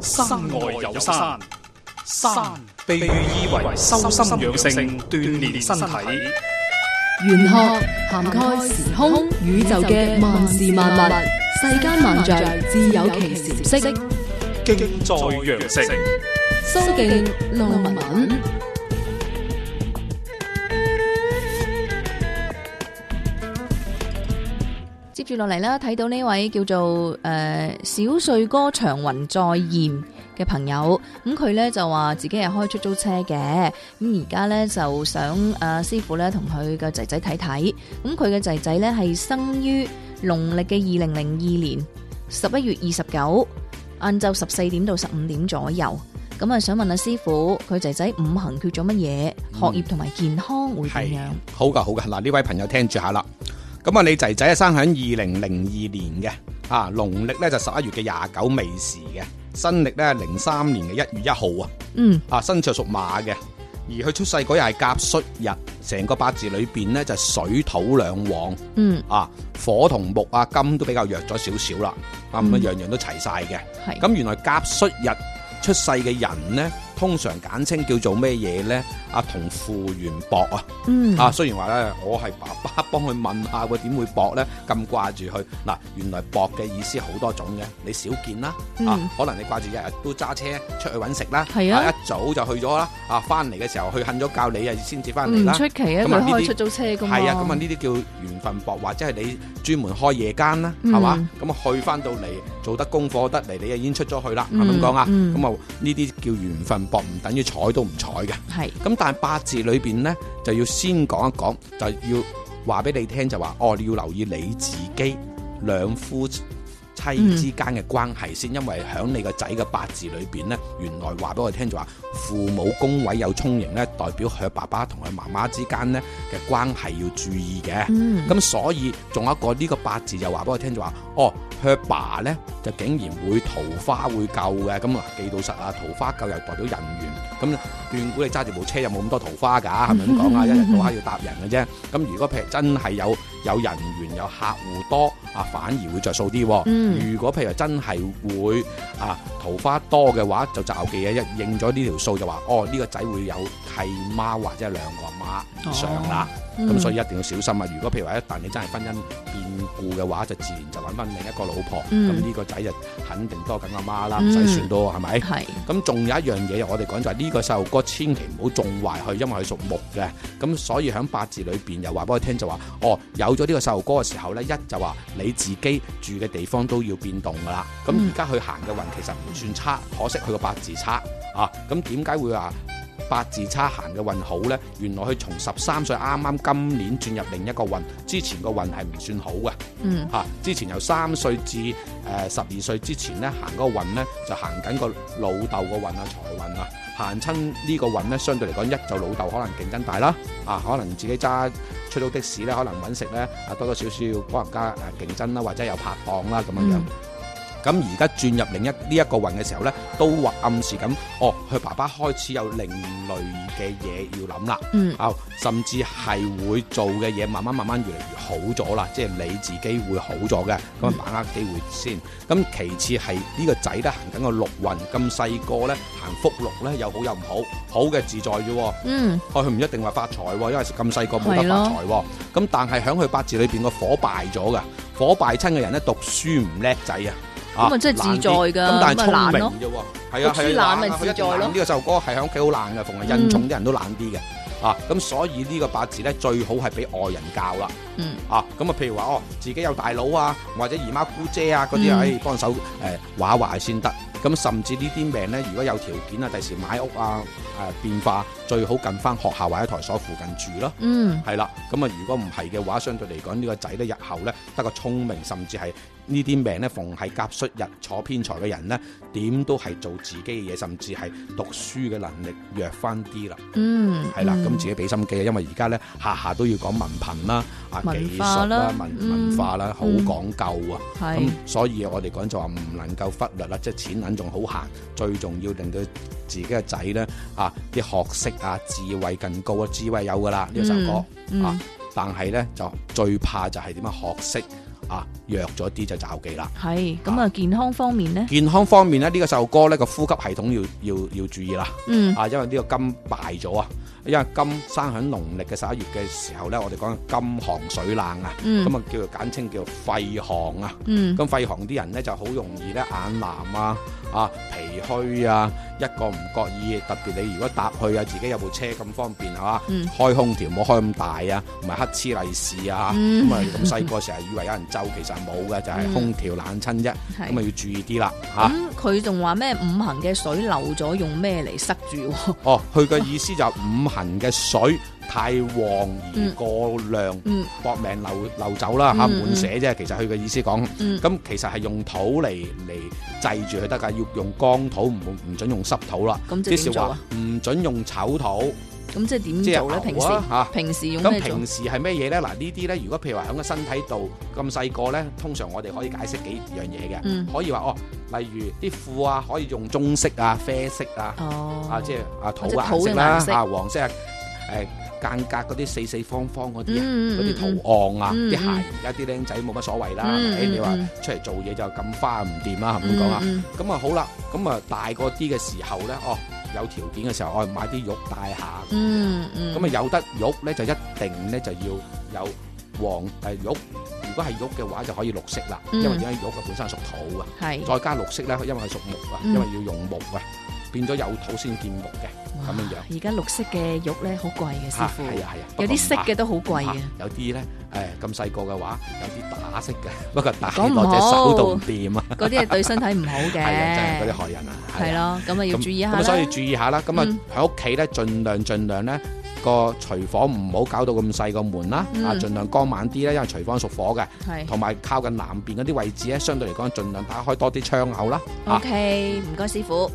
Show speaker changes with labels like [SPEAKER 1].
[SPEAKER 1] 山外有山，山被喻意為修心養性、鍛煉身體。
[SPEAKER 2] 玄學涵蓋時空宇宙嘅萬事萬物，世間萬象自有其時色。
[SPEAKER 1] 敬在羊城，
[SPEAKER 2] 蘇敬路文。
[SPEAKER 3] 接住落嚟啦，睇到呢位叫做誒、呃小帥哥長雲再現嘅朋友，咁佢呢就話自己係開出租車嘅，咁而家呢就想誒、呃、師傅呢同佢嘅仔仔睇睇，咁佢嘅仔仔呢係生於農曆嘅二零零二年十一月二十九晏晝十四點到十五點左右。咁啊，想問下師傅，佢仔仔五行缺咗乜嘢？學業同埋健康會點樣？
[SPEAKER 4] 好噶好噶，嗱呢位朋友聽住下啦。咁啊，你仔仔生喺二零零二年嘅，啊農曆咧就十一月嘅廿九未時嘅，新歷咧零三年嘅一月一號啊，
[SPEAKER 3] 嗯，
[SPEAKER 4] 啊生肖屬馬嘅，而佢出世嗰日係甲戌日，成個八字裏邊咧就水土兩旺，
[SPEAKER 3] 嗯，
[SPEAKER 4] 啊火同木啊金都比較弱咗少少啦，啊
[SPEAKER 1] 嗯
[SPEAKER 4] 咁啊樣樣都齊晒嘅。
[SPEAKER 3] 係。
[SPEAKER 4] 咁原來甲戌日出世嘅人呢，通常簡稱叫做咩嘢呢？啊，同父緣薄 啊！
[SPEAKER 3] 嗯，
[SPEAKER 4] 啊，雖然話呢，我係爸爸幫佢問下佢點會薄呢？咁掛住佢嗱，原來薄嘅意思好多種嘅，你少見啦，啊
[SPEAKER 3] 嗯，
[SPEAKER 4] 可能你掛住日日都揸車出去揾食啦，
[SPEAKER 3] 係啊
[SPEAKER 4] 一早就去咗啦，啊，翻嚟嘅時候去瞓咗覺，你啊先至翻
[SPEAKER 3] 唔
[SPEAKER 4] 嚟啦。
[SPEAKER 3] 出奇啊！
[SPEAKER 4] 咁啊
[SPEAKER 3] 佢
[SPEAKER 4] 呢啲
[SPEAKER 3] 開出租車噶嘛，
[SPEAKER 4] 係啊，咁啊呢啲叫緣分薄，或者係你專門開夜間啦，
[SPEAKER 3] 嗯
[SPEAKER 4] 係嘛？咁啊去翻到嚟做得功課得嚟，你啊已經出咗去啦，係咪咁
[SPEAKER 3] 嗯
[SPEAKER 4] 講啊？
[SPEAKER 3] 嗯
[SPEAKER 4] 咁啊呢啲叫緣分薄，唔等於睬都唔睬嘅。
[SPEAKER 3] 係
[SPEAKER 4] 咁但係八字裏邊呢，就要先講一講，就要話俾你聽就話，哦，你要留意你自己兩夫妻之間嘅關係先，因為喺你個仔嘅八字裏邊呢，原來話俾我聽就話，哦父母宮位有沖刑呢，代表佢爸爸同佢媽媽之間呢嘅關係要注意嘅。
[SPEAKER 3] 嗯
[SPEAKER 4] 咁所以仲有一個呢、個八字就話俾我聽就話，哦，佢爸呢就竟然會桃花會夠嘅，咁啊記到實啊，桃花夠又代表人緣，咁斷估你揸住部車有冇咁多桃花㗎？係咪咁講 啊？一日到黑要搭人嘅啫。咁如果譬如真係有有人緣有客戶多啊，反而會着數啲喎。
[SPEAKER 3] 嗯
[SPEAKER 4] 如果譬如真係會啊桃花多嘅話，就就記嘅一應咗呢條數就話，哦呢、個仔會有契媽或者係兩個阿媽以上啦。
[SPEAKER 3] 哦
[SPEAKER 4] 咁、所以一定要小
[SPEAKER 3] 嗯
[SPEAKER 4] 心啊！如果譬如話一旦你真係婚姻變故嘅話，就自然就揾翻另一個老婆，咁
[SPEAKER 3] 嗯
[SPEAKER 4] 呢、個仔就肯定多緊阿媽啦，
[SPEAKER 3] 嗯
[SPEAKER 4] 唔使算多係咪？
[SPEAKER 3] 係
[SPEAKER 4] 咁仲有一樣嘢，我哋講就係呢個細路哥千祈唔好縱壞佢，因為佢屬木嘅。咁所以喺八字裏邊又話俾我聽就話，哦，有咗呢個細路哥嘅時候呢，一就話你自己住嘅地方都要變動噶啦。咁
[SPEAKER 3] 嗯
[SPEAKER 4] 而家佢行嘅運其實唔算差，可惜佢個八字差啊。咁點解會話？八字差行嘅運好呢，原來佢從十三歲啱啱今年轉入另一個運，之前個運係唔算好嘅。
[SPEAKER 3] 嗯
[SPEAKER 4] 嚇、啊之前由三歲至誒十二歲之前咧，行嗰個運咧就行緊個老豆個運啊、財運啊，行親呢個運咧，相對嚟講，一就老豆可能競爭大啦，啊，可能自己揸出租的士咧，可能揾食咧啊多多少少可能加誒啊競爭啦，或者有拍檔啦咁樣樣。
[SPEAKER 3] 嗯
[SPEAKER 4] 咁而家轉入另一呢一、個運嘅時候呢，都話暗示緊，哦，佢爸爸開始有另類嘅嘢要諗啦，
[SPEAKER 3] 嗯
[SPEAKER 4] 啊，甚至係會做嘅嘢慢慢慢慢越嚟越好咗啦，即係你自己會好咗嘅，咁
[SPEAKER 3] 嗯
[SPEAKER 4] 啊把握機會先。咁其次係呢個仔呢，行緊個六運，咁細個呢，行福祿呢，有好有唔好，好嘅自在啫喎。
[SPEAKER 3] 嗯
[SPEAKER 4] 哦佢唔一定話發財喎，因為咁細個冇得
[SPEAKER 3] 係咯
[SPEAKER 4] 發財喎。咁但係喺佢八字裏邊個火敗咗嘅，火敗親嘅人咧讀書唔叻仔啊。
[SPEAKER 3] 咁啊真係自在㗎
[SPEAKER 4] 咁但係
[SPEAKER 3] 咁啊
[SPEAKER 4] 聰
[SPEAKER 3] 懶咯
[SPEAKER 4] 明啫喎，係啊
[SPEAKER 3] 讀書
[SPEAKER 4] 係啊
[SPEAKER 3] 懶咪
[SPEAKER 4] 啊佢一
[SPEAKER 3] 自在
[SPEAKER 4] 定
[SPEAKER 3] 咯嗯
[SPEAKER 4] 懶呢個首歌係喺屋企好懶嘅，逢係恩寵啲人都懶啲嘅。啊，咁所以呢個八字咧最好係俾外人教啦。
[SPEAKER 3] 嗯
[SPEAKER 4] 啊，咁啊，譬如話哦，自己有大佬啊，或者姨媽姑姐啊嗰啲啊，
[SPEAKER 3] 嗯
[SPEAKER 4] 誒、幫手誒畫一畫先得。咁甚至呢啲命呢，如果有條件啊，第時買屋啊，誒、變化最好近翻學校或者台所附近住咯。
[SPEAKER 3] 嗯
[SPEAKER 4] 係啦，咁啊，如果唔係嘅話，相對嚟講呢個仔呢，日後呢，得個聰明，甚至係呢啲命呢，逢係甲戌日坐偏財嘅人呢，點都係做自己嘅嘢，甚至係讀書嘅能力弱翻啲啦。
[SPEAKER 3] 嗯，
[SPEAKER 4] 係啦，咁
[SPEAKER 3] 嗯
[SPEAKER 4] 自己俾心機啊，因為而家咧下下都要講文憑啦、啊
[SPEAKER 3] 文
[SPEAKER 4] 技
[SPEAKER 3] 化
[SPEAKER 4] 術
[SPEAKER 3] 啦
[SPEAKER 4] 啦、文
[SPEAKER 3] 嗯
[SPEAKER 4] 文化啦，好
[SPEAKER 3] 嗯
[SPEAKER 4] 講究啊。
[SPEAKER 3] 係
[SPEAKER 4] 咁所以我哋講就話唔能夠忽略啦，即係錢銀仲好行，最重要令到自己嘅仔咧啊啲學識啊智慧更高啊，智慧有噶啦呢首歌
[SPEAKER 3] 嗯嗯
[SPEAKER 4] 啊，但係咧就最怕就係點樣學識啊弱咗啲就找忌啦。
[SPEAKER 3] 系咁啊，健康方面呢，
[SPEAKER 4] 健康方面咧，呢、個首歌呢個呼吸系統要要要注意啦。
[SPEAKER 3] 嗯
[SPEAKER 4] 啊，因為呢個金敗咗啊，因為金生喺農曆嘅十一月嘅時候呢，我哋講金寒水冷啊，
[SPEAKER 3] 嗯
[SPEAKER 4] 咁啊、叫做簡稱叫做肺寒啊。
[SPEAKER 3] 嗯
[SPEAKER 4] 咁肺寒啲人呢，就好容易呢眼藍啊、啊脾虛啊，一個唔覺意，特別你如果搭去啊，自己有部車咁方便係嘛，
[SPEAKER 3] 嗯
[SPEAKER 4] 開空調冇開咁大啊，唔係黑黐利是啊，
[SPEAKER 3] 嗯
[SPEAKER 4] 咁啊咁細個成日以為有人周，其實冇嘅，就係、
[SPEAKER 3] 嗯
[SPEAKER 4] 空調冷親啫，
[SPEAKER 3] 係
[SPEAKER 4] 咁啊要注意啲啦嚇。
[SPEAKER 3] 咁佢仲話咩五行嘅水漏咗，用咩嚟塞住喎？
[SPEAKER 4] 哦，佢嘅意思就係五行嘅水太旺而過量，
[SPEAKER 3] 嗯
[SPEAKER 4] 搏命流流走啦嚇，
[SPEAKER 3] 嗯
[SPEAKER 4] 滿瀉啫。其實佢嘅意思講，咁、
[SPEAKER 3] 嗯
[SPEAKER 4] 其實係用土嚟嚟制住佢得㗎，要用乾土，唔唔準用濕土啦。
[SPEAKER 3] 咁
[SPEAKER 4] 即
[SPEAKER 3] 即係點
[SPEAKER 4] 是
[SPEAKER 3] 做
[SPEAKER 4] 話
[SPEAKER 3] 啊？
[SPEAKER 4] 唔準用丑土，
[SPEAKER 3] 咁即
[SPEAKER 4] 即
[SPEAKER 3] 係點
[SPEAKER 4] 係
[SPEAKER 3] 做咧？平
[SPEAKER 4] 牛啊
[SPEAKER 3] 時
[SPEAKER 4] 嚇。
[SPEAKER 3] 平時用
[SPEAKER 4] 咁
[SPEAKER 3] 咩做
[SPEAKER 4] 平？時係咩嘢呢？嗱，呢啲呢，如果譬如話喺個身體度咁細個呢，通常我哋可以解釋幾樣嘢嘅，
[SPEAKER 3] 嗯
[SPEAKER 4] 可以話哦，例如啲褲啊，可以用棕色啊、啡色啊。
[SPEAKER 3] 哦，
[SPEAKER 4] 啊，即係啊土
[SPEAKER 3] 或者
[SPEAKER 4] 顏色
[SPEAKER 3] 土嘅顏
[SPEAKER 4] 啦，
[SPEAKER 3] 色
[SPEAKER 4] 啊黃色啊，誒間隔嗰啲四四方方嗰啲啊
[SPEAKER 3] 嗯
[SPEAKER 4] 嗰
[SPEAKER 3] 嗯嗯
[SPEAKER 4] 啲圖案啊，
[SPEAKER 3] 嗯
[SPEAKER 4] 啲
[SPEAKER 3] 嗯
[SPEAKER 4] 鞋而家啲僆仔冇乜所謂啦，係
[SPEAKER 3] 嗯
[SPEAKER 4] 咪？
[SPEAKER 3] 嗯
[SPEAKER 4] 你話
[SPEAKER 3] 嗯
[SPEAKER 4] 出嚟做嘢就咁花唔掂啦，係咪咁講
[SPEAKER 3] 嗯
[SPEAKER 4] 啊？
[SPEAKER 3] 嗯
[SPEAKER 4] 咁啊好啦，咁啊大個啲嘅時候咧，哦有條件嘅時候，我買啲玉戴下，
[SPEAKER 3] 嗯嗯，
[SPEAKER 4] 咁啊有得玉咧就一定咧就要有黃誒玉。如果係玉嘅話，就可以綠色啦，
[SPEAKER 3] 嗯
[SPEAKER 4] 因為點解玉嘅本身係屬土啊，
[SPEAKER 3] 係
[SPEAKER 4] 再加綠色咧，因為係屬木啊，因
[SPEAKER 3] 嗯
[SPEAKER 4] 為要用木啊，變咗有土先見木嘅。咁樣樣
[SPEAKER 3] 哇而家綠色嘅玉咧好貴嘅，
[SPEAKER 4] 嚇
[SPEAKER 3] 師傅，
[SPEAKER 4] 係啊係啊，
[SPEAKER 3] 有啲色嘅啊都好
[SPEAKER 4] 不過啊
[SPEAKER 3] 貴
[SPEAKER 4] 唔怕
[SPEAKER 3] 嘅。，
[SPEAKER 4] 有啲咧誒咁細個嘅話，有啲打色嘅， 不過打
[SPEAKER 3] 講唔
[SPEAKER 4] 落隻
[SPEAKER 3] 好
[SPEAKER 4] 手度唔掂啊，
[SPEAKER 3] 嗰啲係對身體唔 好
[SPEAKER 4] 係啊真係嗰啲
[SPEAKER 3] 嘅，
[SPEAKER 4] 害人啊，
[SPEAKER 3] 係
[SPEAKER 4] 啊。
[SPEAKER 3] 咯，咁啊要注意一下
[SPEAKER 4] 咁
[SPEAKER 3] 啦。
[SPEAKER 4] 所以注意下啦。咁
[SPEAKER 3] 嗯
[SPEAKER 4] 啊喺屋企咧，盡量盡量咧個廚房唔好搞到咁細個門啦，
[SPEAKER 3] 嗯
[SPEAKER 4] 啊盡量光猛啲咧，因為廚房屬火嘅，
[SPEAKER 3] 係
[SPEAKER 4] 同埋靠近南邊嗰啲位置咧，相對嚟講盡量打開多啲窗口啦。啊
[SPEAKER 3] OK，唔該師傅。